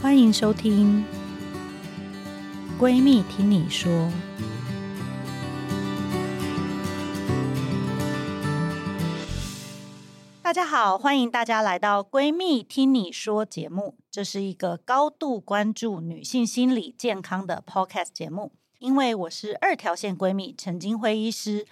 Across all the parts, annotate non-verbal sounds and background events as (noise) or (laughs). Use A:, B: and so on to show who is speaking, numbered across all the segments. A: 欢迎收听《闺蜜听你说》。大家好，欢迎大家来到《闺蜜听你说》节目，这是一个高度关注女性心理健康的 podcast 节目。因为我是二条线闺蜜陈金辉医师，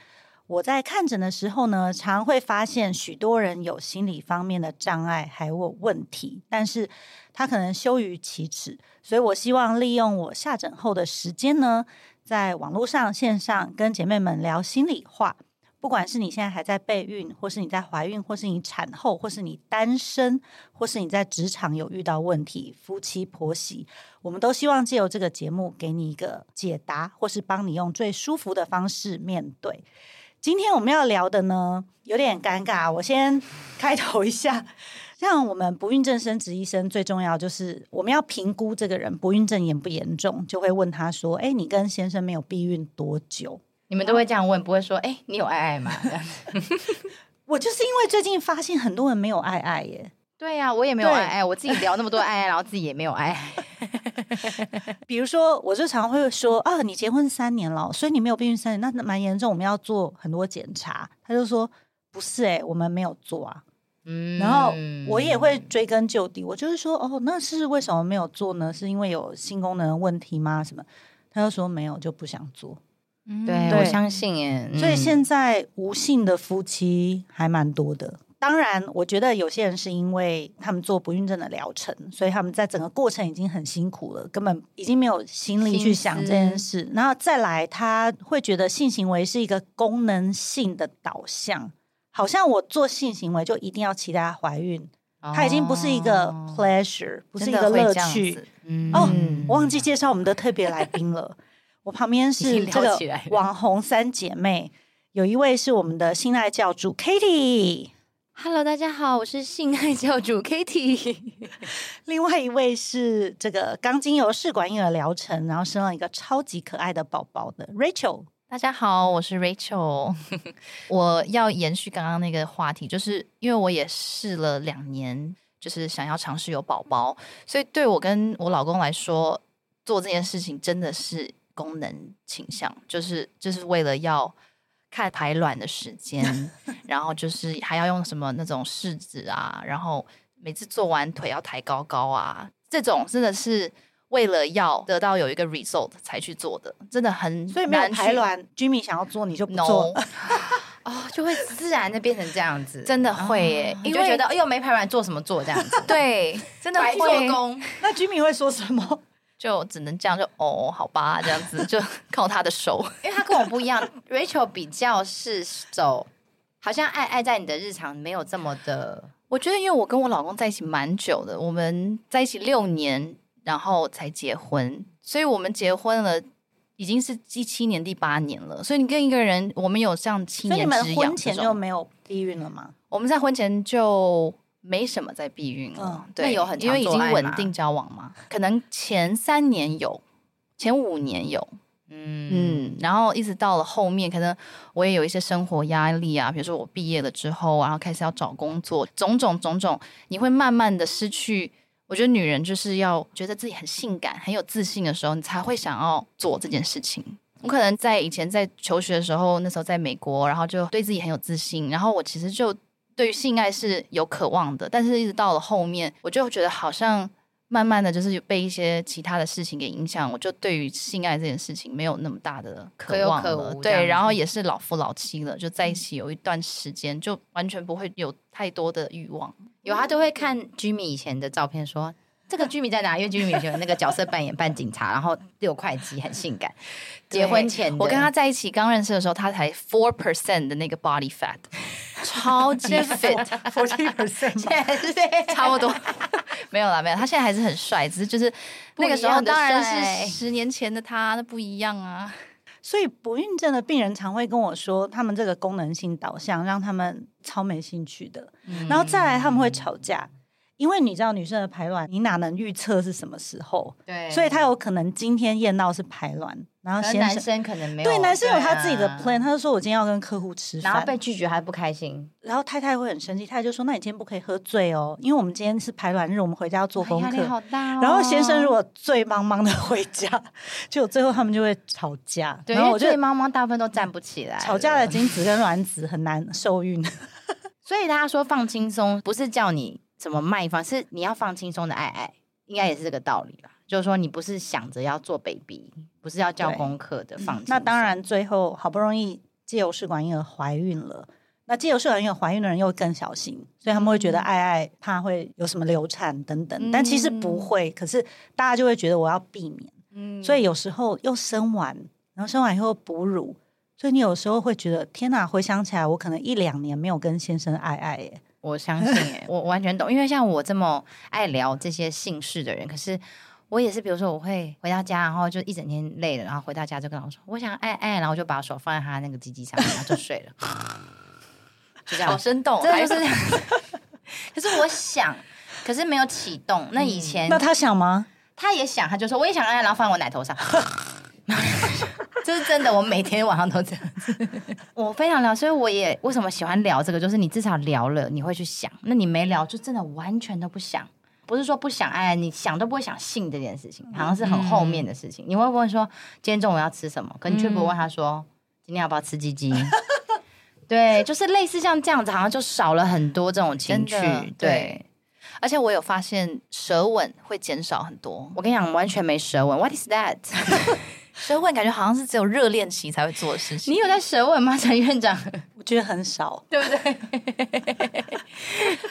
A: 我在看诊的时候呢，常会发现许多人有心理方面的障碍还有问题，但是他可能羞于启齿，所以我希望利用我下诊后的时间呢，在网络上线上跟姐妹们聊心里话。不管是你现在还在备孕，或是你在怀孕，或是你产后，或是你单身，或是你在职场有遇到问题，夫妻婆媳，我们都希望借由这个节目给你一个解答，或是帮你用最舒服的方式面对。今天我们要聊的呢，有点尴尬，我先开头一下。像我们不孕症生殖医生最重要就是我们要评估这个人不孕症严不严重，就会问他说：“哎，你跟先生没有避孕多久？”
B: 你们都会这样问，不会说哎、你有爱爱吗？这样子
A: 我就是因为最近发现很多人没有爱爱耶，
B: (laughs) 对呀、我也没有
A: 对
B: 爱爱，我自己聊那么多爱爱，然后自己也没有爱爱。
A: 比如说我就常会说啊，你结婚三年了，所以你没有避孕三年，那那蛮严重，我们要做很多检查。他就说不是哎、我们没有做啊。
B: 嗯
A: 然后我也会追根究底，我就是说哦，那是为什么没有做呢？是因为有性功能问题吗？什么？他就说没有，就不想做。
B: 嗯对，
A: 对
B: 我相信耶。嗯
A: 所以现在无性的夫妻还蛮多的。当然，我觉得有些人是因为他们做不孕症的疗程，所以他们在整个过程已经很辛苦了，根本已经没有心力去想这件事。然后再来，他会觉得性行为是一个功能性的导向，好像我做性行为就一定要期待她怀孕，它已经不是一个
B: 哦
A: pleasure，不是一
B: 真
A: 个
B: 的会
A: 乐
B: 这样
A: 趣
B: 子。嗯
A: 哦，我忘记介绍我们的特别来宾
B: (laughs)
A: 了。我旁边
B: 已
A: 是
B: 经
A: 这
B: 聊
A: 个
B: 起来了
A: 网红三姐妹，有一位是我们的新爱教主 Kitty，
C: Hello，大家好，我是性爱教主 Kitty。
A: 另外一位是这个刚经由试管婴儿疗程，然后生了一个超级可爱的宝宝的 Rachel。
D: 大家好，我是
A: (laughs)
D: Rachel。我要延续刚刚那个话题，就是因为我也试了两年，就是想要尝试有宝宝，所以对我跟我老公来说，做这件事情真的是功能倾向，就是就是为了要看排卵的时
A: (laughs)
D: 间，然后就是还要用什么那种试纸啊，然后每次做完腿要抬高高啊，这种真的是。为了要得到有一个 result 才去做的，真的很
A: 所以没有
D: 难去
A: 排卵，Jimmy 想要做你就不做
D: no，
B: (laughs) 哦，就会自然的变成这样子，
D: 真的会耶
B: 啊
D: 因
B: 你就
D: 为
B: 觉得哎呦没排卵做什么做这样子，
D: (laughs) 对，真的
B: 白做
D: 会，
B: 工。
A: (laughs) 那 Jimmy 会说什
B: (laughs)
A: 么？
D: 就只能这样，就哦，好吧，这样子就 (laughs) 靠他的手，
B: 因为他跟我不一样，Rachel 比较是走，好像爱爱在你的日常没有这么的，
D: 我觉得，因为我跟我老公在一起蛮久的，我们在一起六年，然后才结婚，所以我们结婚了。已经是第七年、第八年了，所以你跟一个人，我们有像七
A: 所以你
D: 年之
A: 们
D: 痒
A: 婚
D: 这
A: 前
D: 种
A: 就没有避孕了吗？
D: 我们在婚前就没什么在避孕了，
A: 嗯
D: 对，
B: 那有很常
D: 因为已
B: 做
D: 经
B: 爱
D: 稳
B: 吗
D: 定交往嘛，可能前三年有，前五年有，
B: 嗯
D: 嗯，然后一直到了后面，可能我也有一些生活压力啊，比如说我毕业了之后，啊然后开始要找工作，种种种种，你会慢慢的失去。我觉得女人就是要觉得自己很性感、很有自信的时候，你才会想要做这件事情。我可能在以前在求学的时候，那时候在美国，然后就对自己很有自信，然后我其实就对于性爱是有渴望的，但是一直到了后面，我就觉得好像慢慢的就是被一些其他的事情给影响，我就对于性爱这件事情没有那么大的渴望了。
B: 可有可无这样
D: 对，
B: 子
D: 然后也是老夫老妻了，就在一起有一段时间，就完全不会有太多的欲望。 (laughs)
B: 有他都会看 Jimmy 以前的照片说。这个 Jimmy 在哪？因为 Jimmy 以前有那个角色扮演扮警察，然后六块肌很性
A: (laughs)
B: 感。
D: 对
B: 结婚前的
D: 我跟他在一起刚认识的时候，他才 four percent 的那个 body (laughs) fat，超级 fit，
B: 现在是对
A: (laughs)
D: 差不多。 (laughs) 没有啦，没有，他现在还是很帅，只是就是那个时候
B: 不一样的
D: 当然
B: 帅
D: 是十年前的他，那不一样啊。
A: 所以不孕症的病人常会跟我说，他们这
B: 嗯
A: 个功能性导向让他们超没兴趣的，然后再来他们会吵架，因为你知道女生的排卵，你哪能预测是什么时候？
B: 对
A: 所以他有可能今天验到是排卵，然后
B: 可
A: 先
B: 能男生可能没有，
A: 对男生有他自己的
B: 对啊
A: plan，、他就说我今天要跟客户吃饭，
B: 然后被拒绝还不开心，
A: 然后太太会很生气，太太就说：“那你今天不可以喝醉哦，因为我们今天是排卵日，我们回家要做功
B: 哎
A: 课。
B: 压力好大哦。
A: 然后先生如果醉茫茫的 (laughs) 回家，就最后他们就会吵架。
B: 对，
A: 然
B: 因
A: 后
B: 为
A: 我觉
B: 对
A: 得
B: 猫猫大部分都站不起来，
A: 吵架的精子跟卵子很难受孕。
B: 所以大家说放轻松，不是叫你怎么卖方，是你要放轻松的爱爱，应该也是这个道理吧？就是说你不是想着要做 baby，不是要交
A: 对
B: 功课的放轻松。
A: 那当然，最后好不容易借由试管婴儿怀孕了。那借由试管婴儿怀孕的人又更小心，所以他们会觉得爱爱怕会有什么流产等等，但其实不会。可是大家就会觉得我要避免。
C: 嗯
A: 所以有时候又生完，然后生完以后哺乳，所以你有时候会觉得天哪！回想起来，我可能一两年没有跟先生爱爱耶。
B: 我相信、欸，我完全懂，因为像我这么爱聊这些姓氏的人，可是我也是，比如说我会回到家，然后就一整天累了，然后回到家就跟老公说我想爱爱，然后就把手放在他那个鸡鸡上面，然后就睡了， (laughs) 就这样
D: 好，生动，
B: 这就
D: 还
B: 是。 (laughs) 可是我想，可是没有启动。那以前、
A: 那他想吗？
B: 他也想，他就说我也想爱，然后放我奶头上。这是真的，我每天晚上都这样子。我非常聊，所以我也为什么喜欢聊这个，就是你至少聊了，你会去想；那你没聊，就真的完全都不想。不是说不想爱，你想都不会想性这件事情，好像是很后面的事情。你会问说今天中午要吃什么，可你却不会问他说、今天要不要吃鸡鸡。对，就是类似像这样子，好像就少了很多这种情趣
D: 真的。
B: 对
D: 对，而且我有发现舌吻会减少很多，
B: 我跟你讲，完全没舌吻。What is that？
D: 舌吻感觉好像是只有热恋期才会做的事情。
B: (laughs) 你有在舌吻吗，陈院 (laughs) 长？
A: 我觉得很少。
B: 对不对？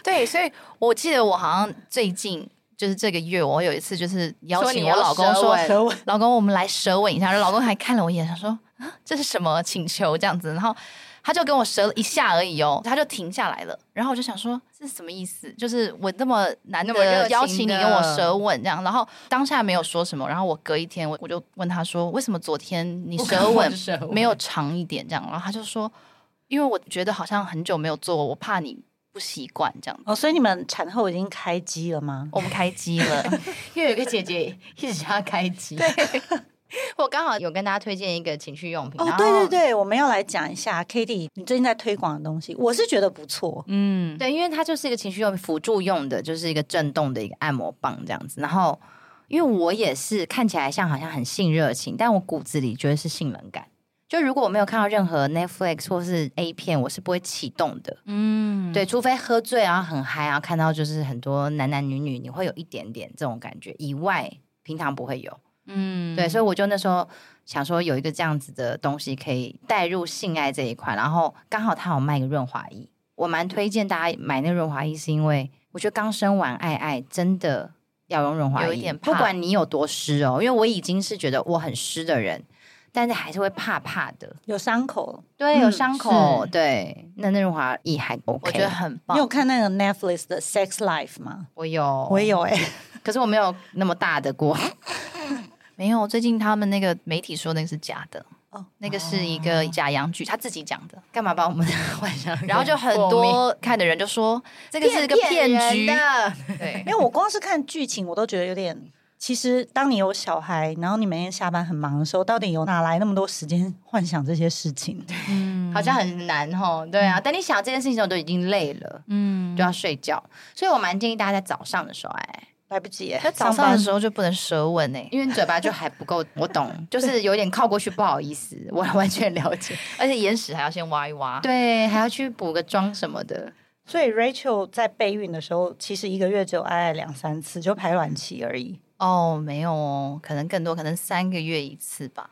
D: 对，所以我记得我好像最近就是这个月，我有一次就是邀
B: 说
D: 请
B: 你
D: 我
B: 要
D: 老公
B: 舌
D: 说
B: 吻，
A: 舌吻
D: 老公我们来舌吻一下，然后老公还看了我一眼，想说啊这是什么请求这样子，然后他就跟我舌了一下而已哦，他就停下来了，然后我就想说这是什么意思？就是我那么难
B: 那么热
D: 得
B: 情
D: 邀请你
B: 的
D: 跟我舌吻这样，然后当下没有说什么，然后我隔一天我我就问他说为什么昨天你舌
B: (laughs)
D: 吻
B: 舌吻
D: 没有长一点这样，然后他就说因为我觉得好像很久没有做，我怕你不习惯这样。
A: 哦，所以你们产后已经开机了吗？
D: 我们开机了，
B: (laughs) 因为有一个姐姐一直想要开机。对， (laughs) 我刚好有跟大家推荐一个情趣用品。
A: 哦，
B: 然后
A: 对对对，我们要来讲一下 k a t i e 你最近在推广的东西，我是觉得不错。
D: 嗯，
B: 对，因为它就是一个情绪用辅助用的，就是一个震动的一个按摩棒这样子。然后，因为我也是看起来像好像很性热情，但我骨子里觉得是性冷感。就如果我没有看到任何 Netflix 或是 A 片，我是不会启动的。嗯，对，除非喝醉然后很嗨，然后看到就是很多男男女女，你会有一点点这种感觉，以外平常不会有。嗯，对，所以我就那时候想说有一个这样子的东西可以带入性爱这一块，然后刚好它有卖一个润滑液，我蛮推荐大家买那个润滑液，是因为我觉得刚生完爱爱真的要用润滑液，
D: 有一点怕
B: 不管你有多湿哦，因为我已经是觉得我很湿的人，但是还是会怕怕的，
A: 有伤口，
B: 对，
A: 嗯
B: 有伤口，
D: 是
B: 对，那那润滑液还 OK，
D: 我觉得很棒。哦
A: 你有看那个 Netflix 的 Sex Life 吗？
B: 我有，
A: 我也，有哎、
D: (laughs)
B: 可是我没有那么大的过，
D: 嗯没有，最近他们那个媒体说那个是假的，
A: 哦
D: 那个是一个假洋剧，他自己讲的。
B: 干嘛把我们 (laughs) 的幻想，
D: 然后就很多看的人就说这个是一个
B: 骗
D: 骗啊
B: 人
D: 局，
B: 的。
D: 对
A: 因，为我光是看剧情，我都觉得有点。其实，当你有小孩，然后你每天下班很忙的时候，到底有哪来那么多时间幻想这些事情？
B: 嗯好像很难吼，对啊。等你想这件事情的时候，都已经累了，
D: 嗯，
B: 就要睡觉。所以我蛮建议大家在早上的时候，哎，
A: 来不及耶，
D: 那早上的时候就不能舌吻欸呢、
B: 因为你嘴巴就还不够，
D: (laughs)
B: 我懂，就是有点靠过去，不好意思，我完全了解。
D: 而且眼屎还要先挖一挖。，
B: 对，还要去补个妆什么的，
A: 所以 Rachel 在备孕的时候，其实一个月只有爱爱两三次，就排卵期而已。
D: 哦，没有哦，可能更多，可能三个月一次吧。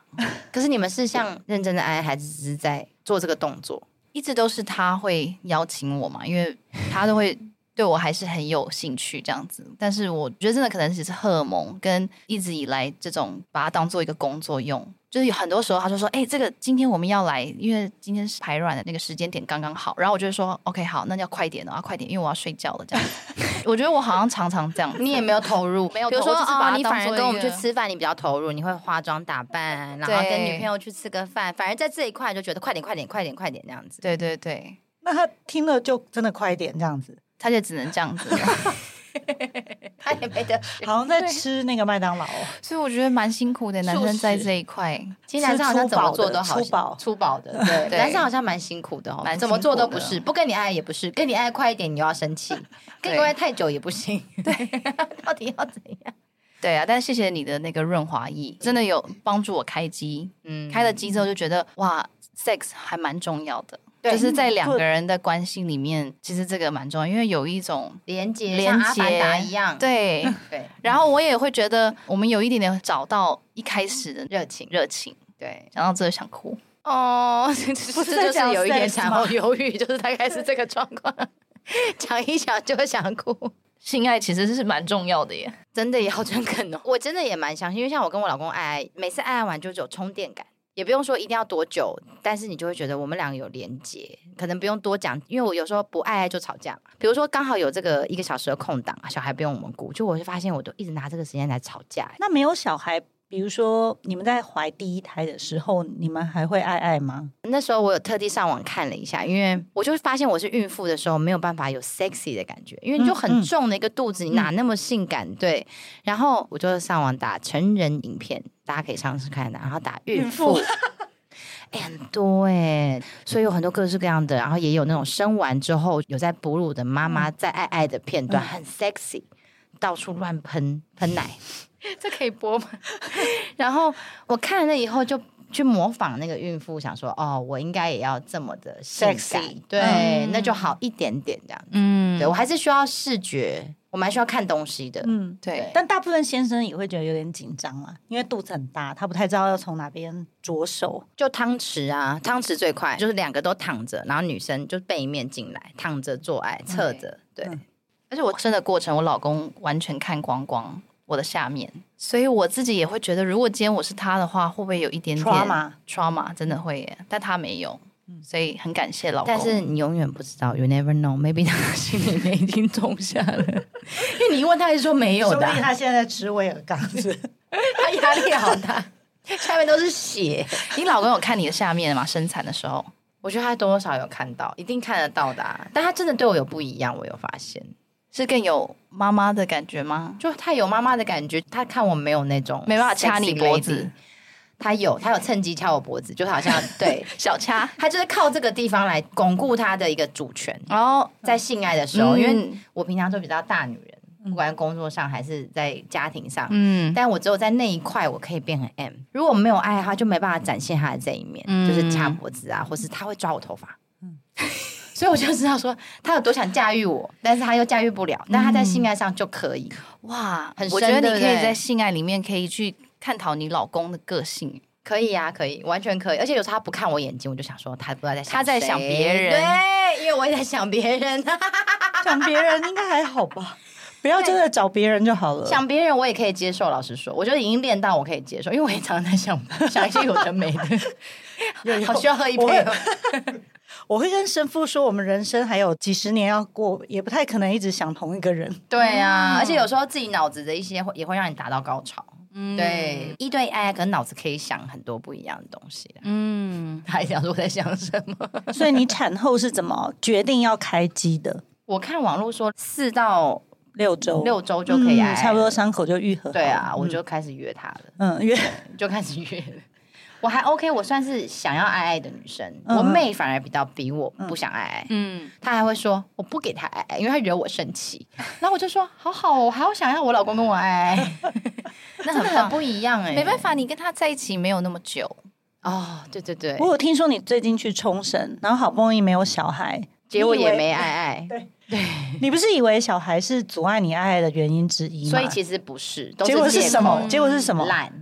B: 可是你们是像认真的爱，还是只是在做这个动作？
D: 一直都是他会邀请我嘛，因为他都会对我还是很有兴趣这样子。但是我觉得真的可能只是荷尔蒙跟一直以来这种把它当做一个工作用，就是有很多时候他就说：“哎、这个今天我们要来，因为今天是排卵的那个时间点刚刚好。”然后我就会说：“OK，好，那要快点哦，啊，快点，因为我要睡觉了。”这样子， (laughs) 我觉得我好像常常这样子。
B: 你也 (laughs) 没有投入，
D: 没有
B: 比如
D: 投入
B: 说
D: 我只是把
B: 哦
D: 它
B: 你
D: 当
B: 反而
D: 做
B: 跟我
D: 一
B: 们去
D: 个
B: 吃饭，你比较投入，你会化妆打扮，然后跟
D: 对
B: 女朋友去吃个饭，反而在这一块就觉得快点快点快点快点那样 (laughs) 子。
D: 对对对，
A: 那他听了就真的快一点这样子，
B: (laughs)
D: 他就只能这样子。
B: 他也没得选。
A: 好像在吃那个麦当劳哦。
D: 所以我觉得蛮辛苦的，男生在
B: 素食
D: 这一块
B: 其实男生好像怎么做都好，
A: 吃粗饱的
B: 粗饱的，对，
D: 对
B: 男生好像蛮辛苦的哦，
D: 蛮辛
B: 怎
D: 苦
B: 么
D: 的
B: 做都不是，不跟你爱也不是，跟你爱快一点你又要生 (laughs) 气，跟你爱太久也不行，对， (laughs) 到底要怎样？
D: 对啊，但是谢谢你的那个润滑液，真的有帮助我开机。
B: 嗯
D: 开了机之后就觉得哇，sex 还蛮重要的，
B: 对
D: 就是在两个人的关系里面，其实这个蛮重要，因为有一种
B: 连接
D: 连
B: 像阿凡达
D: 接
B: 一样， (laughs)
D: 对。
B: 对，
D: 然后我也会觉得，我们有一点点找到一开始的
B: 热情，
D: 热情。
B: 对，
D: 讲到这想哭，
B: 哦， (laughs)
A: 不是
B: 不是
A: 在
B: 就
A: 讲
B: 是有一
A: sex
B: 点 (laughs) 产后
A: 吗
B: 忧郁，就是大概是这个状况， (laughs) 讲一讲就会想哭。
D: 性爱其实是蛮重要的耶。
B: 真的也好诚恳哦。 (laughs) 我真的也蛮相信，因为像我跟我老公爱爱，每次爱爱完就有充电感，也不用说一定要多久，但是你就会觉得我们两个有连接，可能不用多讲，因为我有时候不爱爱就吵架嘛。比如说刚好有这个一个小时的空档，小孩不用我们顾，就我就发现我都一直拿这个时间来吵架。
A: 那没有小孩，比如说你们在怀第一胎的时候，你们还会爱爱吗？
B: 那时候我有特地上网看了一下，因为我就发现我是孕妇的时候没有办法有 sexy 的感觉，因为你就很重的一个肚子，你哪那么性感？对。然后我就上网打成人影片，大家可以上去看的，然后打孕妇。 (laughs) 哎、很多哎、所以有很多各式各样的，然后也有那种生完之后有在哺乳的妈妈在爱爱的片段，很 sexy，到处乱喷喷奶，
D: 这可以播吗？
B: 然后我看了那以后就去模仿那个孕妇，想说哦，我应该也要这么的性感
A: Sexy
B: 对，
D: 嗯
B: 那就好一点点这样。
D: 嗯
B: 对我还是需要视觉，我们还需要看东西的。
A: 嗯，
D: 对，
A: 但大部分先生也会觉得有点紧张啦，因为肚子很大，他不太知道要从哪边着手。
B: 就汤匙啊，汤匙最快，就是两个都躺着，然后女生就背面进来，躺着做爱，侧着。对，
A: 嗯
D: 而且我生的过程，我老公完全看光光我的下面，所以我自己也会觉得，如果今天我是他的话，会不会有一点点
A: Trauma
D: trauma？真的嗯会耶，但他没有，所以很感谢老公。
B: 但是你永远不知道，you never know，maybe 他心里面已经种下了，因为你一问他还说没有
A: 说不
B: 的
A: 定
B: 啊、
A: 他现在在吃威尔刚
B: (laughs)
A: 是
B: 他压力好大，下面都是血。
D: 你老公有看你的下面吗？生产的时候，
B: 我觉得他多多少少有看到，一定看得到的、啊。但他真的对我有不一样，我有发现，
D: 是更有妈妈的感觉吗？
B: 就他有妈妈的感觉，他看我没有那种
D: 没办法掐
B: sexy
D: 你脖子
B: lady，他有，他有趁机掐我脖子，就好像 (laughs) 对
D: 小掐，
B: 他就是靠这个地方来巩固他的一个主权，
D: 然后
B: 在性爱的时候，因为我平常都比较大女人，不管工作上还是在家庭上，
D: 嗯
B: 但我只有在那一块我可以变很 M，如果没有爱他，就没办法展现他的这一面，
D: 嗯
B: 就是掐脖子啊，或是他会抓我头发， (laughs) 所以我就知道说他有多想驾驭我，但是他又驾驭不了，但他在性爱上就可以，
D: 哇
B: 很，深
D: 我觉得你
B: 对不
D: 可
B: 对
D: 以在性爱里面可以去探讨你老公的个性，
B: 可以啊，可以，完全可以，而且有时候他不看我眼睛，我就想说他不知道在想
D: 他在
B: 谁
D: 想别人
B: 对，因为我也在想别人， (laughs)
A: 想别人应该还好吧？ (laughs) 不要真的找别人就好了。
B: 想别人我也可以接受，老实说，我觉得已经练到我可以接受，因为我也常常在想 (laughs) 想一些有的没的，好需要喝一杯哦。
A: 我会跟神父说，我们人生还有几十年要过，也不太可能一直想同一个
B: (laughs)
A: 人。
B: 对啊，而且有时候自己脑子的一些会也会让你达到高潮。
D: 嗯
B: 对，，一对一爱，可能脑子可以想很多不一样的东西啊。
D: 嗯，
B: 他还想说我在想什么？
A: 所以你产后是怎么决定要开机的？
B: 我看网络说四到
A: 六周，
B: 六周就可以
A: 嗯
B: 爱了，
A: 差不多伤口就愈合好了。
B: 对啊，我
A: 嗯
B: 就开始约他了，
A: 嗯，因为
B: 就开始约了。我还 OK，我算是想要爱爱的女生，
A: 嗯
B: 我妹反而比较比我不想爱爱。
D: 嗯，
B: 她还会说我不给她爱爱，因为她惹我生气。然后我就说好好哦，我好想要我老公跟我爱爱，
D: 那
B: 真的
D: 很
B: 很
D: 棒。
B: 不一样哎、
D: 没办法，你跟他在一起没有那么久，
B: 哦，对对对
A: 我，有听说你最近去冲绳，然后好不容易没有小
B: (laughs)
A: 孩，
B: 结果
A: 你以为
B: 也没爱爱，
A: 你不是以为小孩是阻碍你爱爱的原因之一吗？
B: 所以其实不是，都
A: 结果
B: 是
A: 是
B: 借
A: 什么？
B: 口
A: 结果是什么？
B: 懒。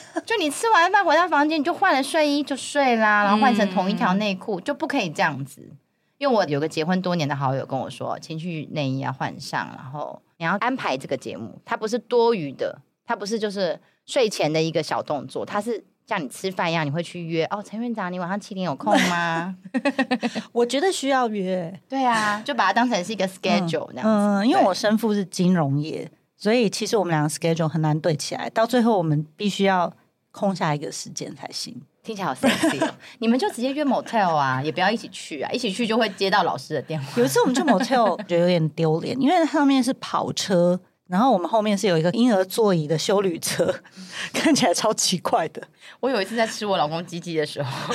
B: (laughs) 就你吃完饭回到房间，你就换了睡衣就睡啦，然后换成同一条内裤，就不可以这样子。因为我有个结婚多年的好友跟我说，情趣内衣要换上，然后你要安排这个节目，它不是多余的，它不是就是睡前的一个小动作，它是像你吃饭一样，你会去约哦，陈院长，你晚上七点有空吗？
A: 我觉得需要约，
B: (laughs) 对啊，就把它当成是一个 schedule 那样子。
A: 嗯，因为
B: 对
A: 我生父是金融业，所以其实我们两个 schedule 很难对起来，到最后我们必须要空下一个时间才行。
B: 听起来好
D: (laughs)
B: sexy 哦！你们就直接约 motel 啊，也不要一起去啊，一起去就会接到老师的电话。
A: 有一次我们去 motel 觉得有点丢
B: (laughs)
A: 脸，因为上面是跑车，然后我们后面是有一个婴儿座椅的修旅
B: (laughs)
A: 车，看起来超奇怪的。
B: 我有一次在吃我老公鸡鸡的
D: (laughs)
B: 时候，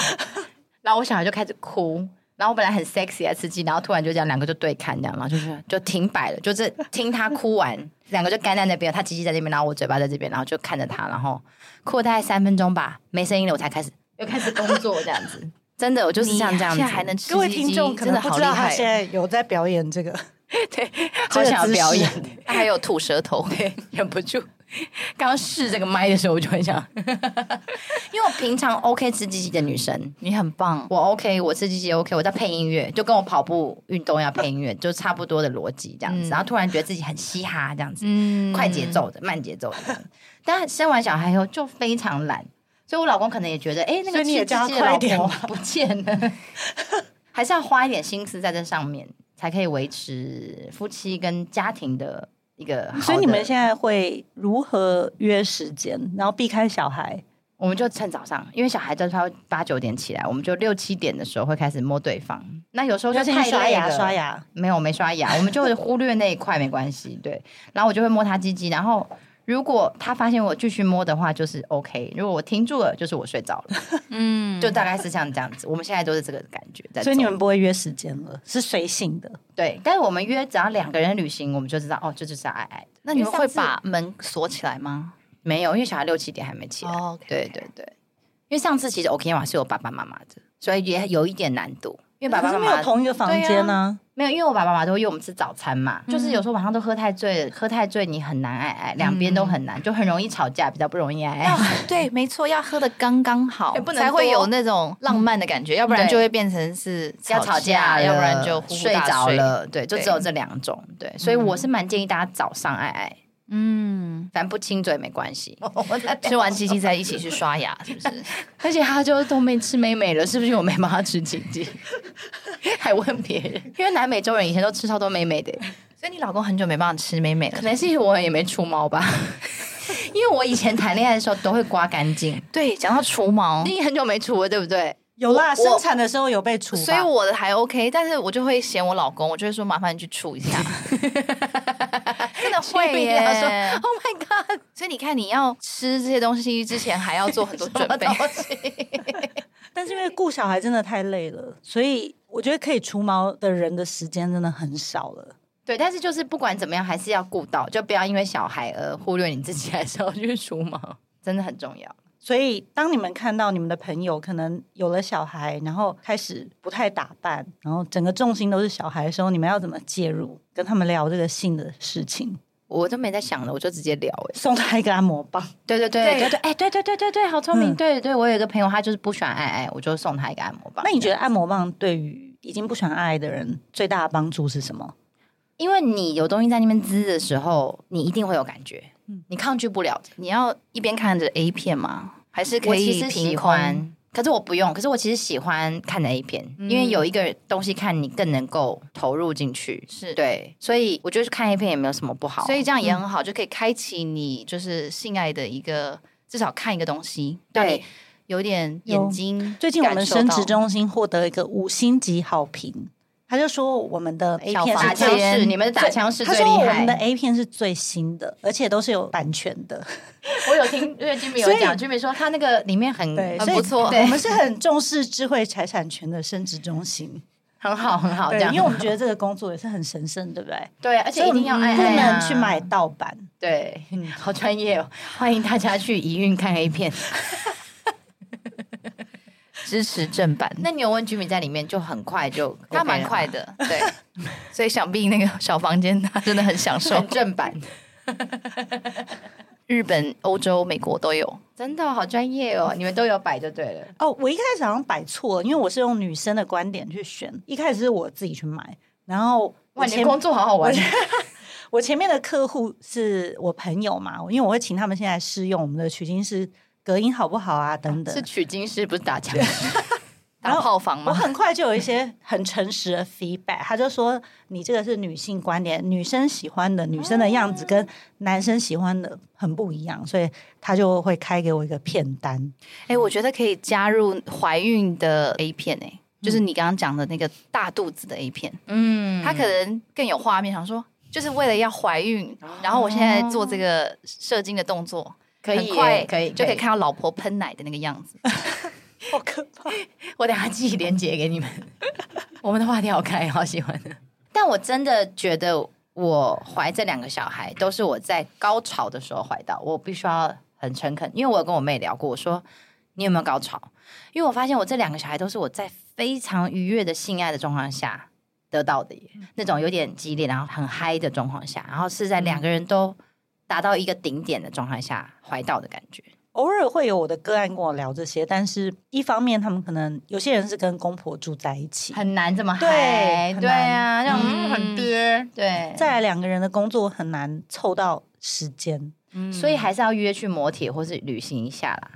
B: 然后我小孩就开始哭，然后我本来很 sexy 啊在吃鸡，然后突然就这样两个就对看这样，然后就是就停摆了，就是听他哭完，两个就干在那边，他鸡鸡在那边，然后我嘴巴在这边，然后就看着他，然后哭了大概三分钟吧，没声音了，我才开始又开始工作这样子。真的，我就是像这样子，
D: 现在还能吃
A: 各位
D: 鸡
A: 听
D: 鸡
A: 众可
D: 真
A: 能
D: 的
A: 不
D: 好
A: 知
D: 厉
A: 道他
D: 害哦
A: 现，在有在表演这个，
B: 好想要表 (laughs) 演，
D: 他还有吐舌
B: (laughs)
D: 头，
B: 忍不住。刚刚试这个麦的时候，我就很想， (laughs) 因为我平常 OK 吃鸡鸡的女生，
D: 你很棒。
B: 我 OK，我吃鸡鸡 OK，我在配音乐，就跟我跑步运动要配音乐，就差不多的逻辑这样
D: 嗯
B: 子。然后突然觉得自己很嘻哈这样子，
D: 嗯
B: 快节奏的、慢节奏的这样。但生完小孩以后就非常懒，所以我老公可能也觉得，哎、那
A: 所
B: 个
A: 以你也
B: 吃
A: 叫他
B: 鸡鸡的老
A: 快点
B: 婆 (laughs) 不见了，还是要花一点心思在这上面，才可以维持夫妻跟家庭的一个好的。
A: 所以你们现在会如何约时间，然后避开小孩？
B: 我们就趁早上，因为小孩在他八九点起来，我们就六七点的时候会开始摸对方。那有时候就
A: 就是
B: 太累
A: 刷牙
B: 了
A: 刷牙，
B: 没有没刷
D: (laughs)
B: 牙，我们就忽略那一块没关系。对，然后我就会摸他鸡鸡，然后如果他发现我继续摸的话，就是 OK；如果我停住了，就是我睡着了，
D: 嗯，
B: 就大概是像这样子。我们现在都是这个感觉在走。
A: 所以你们不会约时间了，是随性的。
B: 对，但是我们约只要两个人旅行，我们就知道哦，这就是爱爱的。
D: 那你们
B: 因为
D: 会
B: 上次
D: 把门锁起来吗？
B: 没有？因为小孩六七点还没起来。
D: 哦，OK，OK
B: 对对对，因为上次其实 OK 瓦是有爸爸妈妈的，所以也有一点难度。因为爸
A: 可是
B: 爸妈
A: 没有
B: 妈
A: 同一个房间啊呢、
B: 没有，因为我爸爸妈妈都会约我们吃早餐嘛，就是有时候晚上都喝太醉了，喝太醉你很难爱爱，两边都很难，就很容易吵架，比较不容易爱爱。
D: 对，没错，要喝的刚刚好，
B: 哎不能
D: 才会
B: 多
D: 有那种浪漫的感觉，要不然
B: 对
D: 就会变成是
B: (laughs) 要吵架了，
D: 嗯要不然就呼呼
B: 睡
D: 大
B: 着
D: 睡。
B: 了，对，嗯就
D: 对
B: 只有这两种，对，所以我是蛮建议大家早上爱爱，
D: 嗯，
B: 反正不亲嘴没关系。
D: 吃完鸡鸡再一起去刷牙，是不 (laughs) 是？
B: 而且他就都没吃美美了，是不是因为我没帮他吃鸡 (laughs) 鸡？还问别人，因为南美洲人以前都吃超多美美的，
D: 所以你老公很久没帮你吃美美了
B: 可。能是因为我也没除毛吧。 (laughs) 因为我以前谈恋爱的时候都会刮干净，
D: 对，讲到除毛，
B: 你很久没除了，对不对？
A: 有啦，
D: 我
A: 生产的时候有被除吧，
D: 所以我的还 OK，但是我就会嫌我老公，我就会说麻烦你去处一 (laughs) 下。真的 (laughs) 会耶
B: 他说哦
D: ！Oh my god！所以你看，你要吃这些东西之前，还要做很 (laughs) 多准备。
A: 但是因为顾小孩真的太累了，所以我觉得可以除毛的人的时间真的很少了。
B: (laughs) 对，但是就是不管怎么样，还是要顾到，就不要因为小孩而忽略你自己，还是要去除毛，真的很重要。
A: 所以当你们看到你们的朋友可能有了小孩，然后开始不太打扮，然后整个重心都是小孩的时候，你们要怎么介入跟他们聊这个性的事情？
B: 我都没在想了，我就直接聊哎、
A: 送他一个按摩
B: (laughs)
A: 棒，
B: 对对对
D: 对
B: 对对，哎、对对对对对，好聪明。
A: 嗯
B: 对对，我有一个朋友，他就是不喜欢爱爱，我就送他一个按摩棒。
A: 那你觉得按摩棒对于已经不喜欢爱的人最大的帮助是什么？
B: 因为你有东西在那边滋的时候，你一定会有感觉，
D: 嗯
B: 你抗拒不了的。
D: 你要一边看着 A 片吗？还是
B: 我
D: 可
B: 其
D: 以
B: 实
D: 凭
B: 喜
D: 空？
B: 欢，可是我不用。可是我其实喜欢看 A 片，
D: 嗯
B: 因为有一个东西看你更能够投入进去，
D: 是
B: 对，所以我觉得看 A 片也没有什么不好。
D: 所以这样也很好，就可以开启你就是性爱的一个，至少看一个东西，让
B: 对
D: 你，有点
A: 有
D: 眼睛。
A: 最近我们生殖
D: 中。
A: 中心获得一个五星级好评，他就说我们的 A
B: 小
A: 片
B: 打
A: 是
B: 枪
A: 最
D: 间
B: 是你们的打枪是
A: 他
B: 最
A: 说
B: 厉
A: 我们的
B: 害。
A: A 片是最新的，而且都是有版权的，
B: 我有听，因为金米有
A: 所以
B: 讲，金米说他那个里面嗯很
A: 对，
D: 很
A: 所以
D: 不错
A: 对我们是很重视智慧财产权的生殖中心，
B: (laughs) 很好很好这
A: 对，
B: 样，
A: 因为我们觉得这个工作也是很神圣，对不对？
B: 对，而且一定要爱
A: 所以我们
B: 爱
A: 不
B: 啊
A: 能去买盗版。
B: 对，好专业哦！欢迎大家去宜运看 A 片。 (laughs)
D: 支持正版，
B: 那牛问居民在里面就很快就，
D: 他蛮快，的， (laughs) 对，所以想必那个小房间他真的很享受 (laughs)
B: 很。正版， (laughs)
D: 日本、欧洲、美国都有，
B: 真的好专业哦！你们都有摆就对了。
A: 哦，我一开始好像摆错了，因为我是用女生的观点去选，一开始是我自己去买，然后
B: 哇，
A: 我
B: 你的
A: 前
B: 工作好好玩，
A: 我前面的客户是我朋友嘛，因为我会请他们现在试用我们的取经师隔音好不好啊等等
B: 是。取经师不是打枪师？
A: 然后
D: 打炮房
A: 我
D: 吗？
A: 很快就有一些很诚实的 feedback，他就说你这个是女性观点，女生喜欢的女生的样子跟男生喜欢的很不一样，所以他就会开给我一个片单。
D: 哎、我觉得可以加入怀孕的 A 片哎、就是你刚刚讲的那个大肚子的 A 片，
B: 嗯，
D: 他可能更有画面，想说就是为了要怀孕，
B: 哦
D: 然后我现在做这个射精的动作，
B: 可以
D: 很快
B: 耶可以
D: 就可以看到老婆喷奶的那个样子。
A: 好可怕！
B: 我等下寄链接给你们。我们的话题好开，好喜欢的。但我真的觉得，我怀这两个小孩都是我在高潮的时候怀到，我必须要很诚恳，因为我有跟我妹聊过，我说你有没有高潮？因为我发现我这两个小孩都是我在非常愉悦的性爱的状况下得到的耶，那种有点激烈，然后很嗨的状况下，然后是在两个人都达到一个顶点的状况下怀到的感觉。
A: 偶尔会有我的个案跟我聊这些，但是一方面他们可能有些人是跟公婆住在一起，
B: 很难这么
A: 对
B: 嗨，
A: 很
B: 对啊，这样
D: 嗯
B: 很憋，对，
A: 再来两个人的工作很难凑到时间。
D: 嗯
B: 所以还是要约去摩铁或是旅行一下啦，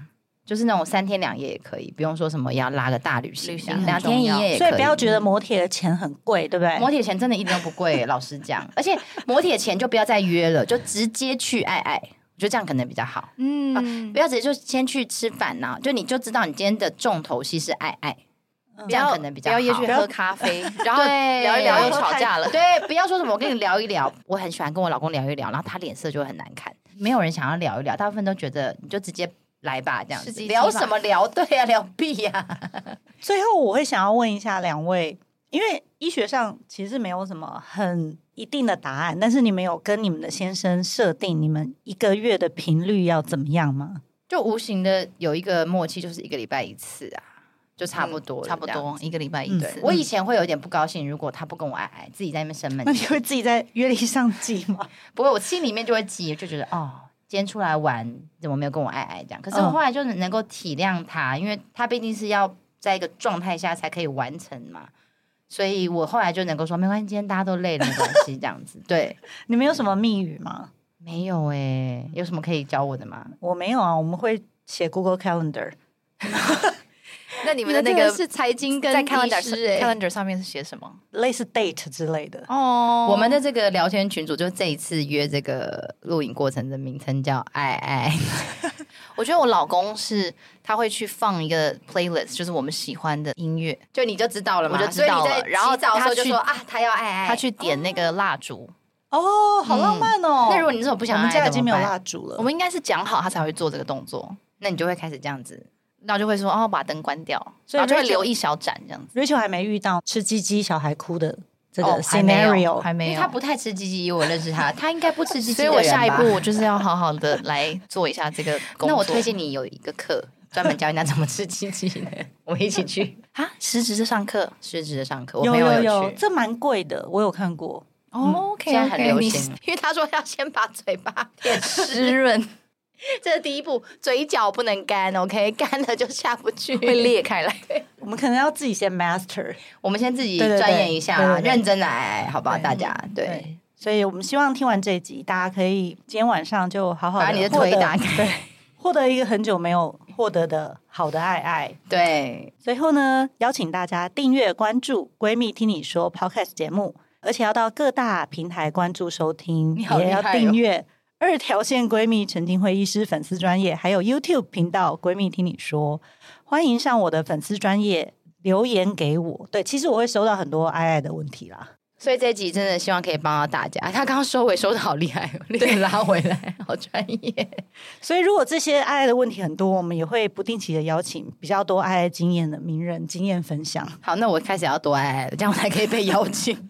B: 就是那种三天两夜也可以，不用说什么要拉个大旅行
D: 旅
B: 这
D: 行
B: 样，
D: 很
B: 两天
D: 重
B: 一
D: 要
B: 夜也可
A: 所以不要觉
B: 得。
A: 得磨铁的钱很贵，对不对？
B: 摩铁钱真的一点都不贵，老实讲，而且摩铁钱就不要再约了，就直接去爱爱，我觉得这样可能比较好。
C: 嗯
B: 啊不，要直接就先去吃饭呐、就你就知道你今天的重头戏是爱爱，这样可能比
D: 嗯
B: 较
D: 不要
B: 好。
D: 夜去喝咖
B: (laughs)
D: 啡，然后
B: 对
D: 聊一聊又吵架了。
B: 对，不要说什么我跟你聊一聊，我很喜欢跟我老公聊一聊，然后他脸色就会很难看。没有人想要聊一聊，大部分都觉得你就直接来吧，这样子
D: 刺激激吧
B: 聊什么聊？ (laughs) 对呀、聊屁呀、
A: 最后，我会想要问一下两位，因为医学上其实没有什么很一定的答案，但是你们有跟你们的先生设定你们一个月的频率要怎么样吗？
B: 就无形的有一个默契，就是一个礼拜一次啊，就差不多
D: 嗯
B: 了、
D: 差不
B: 这样
D: 多嗯
B: 子。
D: 一个礼拜一次
B: 对，。我以前会有点不高兴，如果他不跟我爱爱，自己在那边生闷
A: 那你
B: 气。
A: 会自己在约力上记吗？ (laughs)
B: 不过我心里面就会急，就觉得哦，今天出来玩怎么没有跟我爱爱这样？可是我
A: 嗯
B: 后来就能够体谅他，因为他毕竟是要在一个状态下才可以完成嘛。所以我后来就能够说，没关系，今天大家都累了，没关系，这样子。 (laughs) 对，
A: 你们有什么密语吗？
B: 没有哎、有什么可以教我的吗？
A: 我没有啊，我们会写 Google Calendar。
D: 那你
C: 你
D: 们
C: 们
D: 的
C: 的
D: 那
C: 那
D: 个
C: 个是财经跟
D: 在
C: 医
D: calendar 上
C: 师
B: 欸
C: 哎，
D: calendar 上面是写什么？
A: 类似 date 之类的，
D: 哦
B: 我们的这个聊天群组，就这一次约这个录影过程的名称叫“爱爱
D: 我觉得我老公是他会去放一个 playlist，就是我们喜欢的音乐，”，
B: 就你就知道了嘛，
D: 我就知道了
B: 所以你在
D: 然后
B: 洗澡的时候
D: 他去
B: 就说啊，他要爱爱，
D: 他去点那个蜡烛。
A: 哦，好浪漫哦！
B: 那如果你这种不想
A: 我
B: 爱，
A: 们家已经没有
B: 怎么办
A: 蜡烛了，
D: 我们应该是讲好他才会做这个动作，
B: 那你就会开始这样子。
D: 然后就会说哦，把灯关掉，
A: 所以
D: 然后就会
A: Rachel-
D: 留一小盏这样子。
A: Rachel 还没遇到吃鸡鸡小孩哭的这个
D: 哦还没有
A: scenario，、
D: 还没
B: 因为
D: 有，
B: 他不太吃鸡鸡，我认识他，他应该不吃鸡鸡。
D: 所以我下一步，
B: (laughs)
D: 我就是要好好的来做一下这个工作。
B: 那我推荐你有一个课，专门教人家怎么吃鸡鸡的， (laughs) 我们一起去
D: 啊，实质是上课。
B: 实质的上课。我
A: 有
B: 朋友
A: 有
B: 有去，
A: 这蛮贵的，我有看过。
D: 哦 OK，
B: 嗯现在很流行，
D: 因为他说要先把嘴巴
B: (laughs)
D: 变湿润，
B: 这是第一步，嘴角不能干，OK，干了就下不去。
D: 会裂开
B: (laughs)
D: 来。
A: 我们可能要自己先 master，
B: 我们先自己
A: 对对对
B: 钻研一下
A: 对
B: 啊，
A: 对对
B: 认真来，好不好？
A: 对
B: 大家对，
A: 对，所以我们希望听完这一集，大家可以今天晚上就好好地
B: 把你的
A: 获得
B: 腿打开，
A: 获得一个很久没有获得的好的爱爱。
B: 对，
A: 随后呢，邀请大家订阅关注“闺蜜听你说 ”Podcast 节目，而且要到各大平台关注收听，
B: 你好厉
A: 也
B: 害
A: 要
B: 哦
A: 订阅二条线闺蜜陈金慧医师粉丝专业，还有 YouTube 频道“闺蜜听你说”。欢迎上我的粉丝专业留言给我。对，其实我会收到很多爱爱的问题啦。
B: 所以这一集真的希望可以帮到大家。他刚
D: (laughs)
B: 刚收尾收的好厉害哦，立刻 (laughs) 拉回来，好专业。
A: 所以，如果这些爱爱的问题很多，我们也会不定期的邀请比较多爱爱经验的名人经验分享。
B: 好，那我开始要多爱爱了，这样我才可以 (laughs) 被邀请。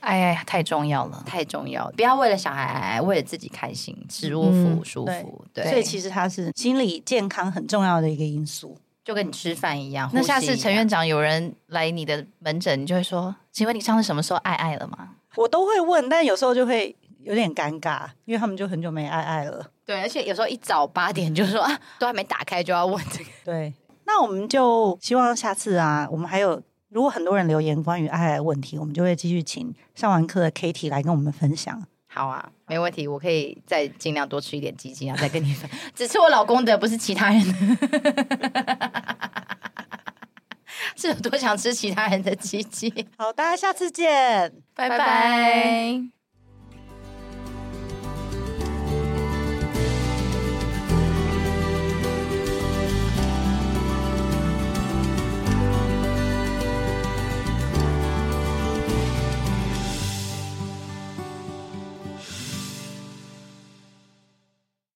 D: 哎呀，太重要了。
B: 太重要了，不要为了小孩爱爱，为了自己开心、舒服、
A: 嗯
B: 舒服。对，
A: 所以，其实它是心理健康很重要的一个因素。
B: 就跟你吃饭一样。
D: 那
B: 呼吸
D: 下次
B: 一
D: 陈
B: 样
D: 院长有人来你的门诊，你就会说：“请问你上次什么时候爱爱了吗
A: (laughs) 我都会问，但有时候就会有点尴尬，因为他们就很久没爱爱了。
B: 对，而且有时候一早八点就说啊，都还没打开就要问这个。
A: 对，那我们就希望下次啊，我们还有如果很多人留言关于爱爱的问题，我们就会继续请上完课的 Kitty 来跟我们分享。
B: (laughs) 好啊，没问题，我可以再尽量多吃一点 (laughs) 鸡鸡啊，再跟你分。只吃我老公的，不是其他人的。是有多想吃其他人的鸡鸡？
A: 好，大家下次见。
D: 拜
C: 拜拜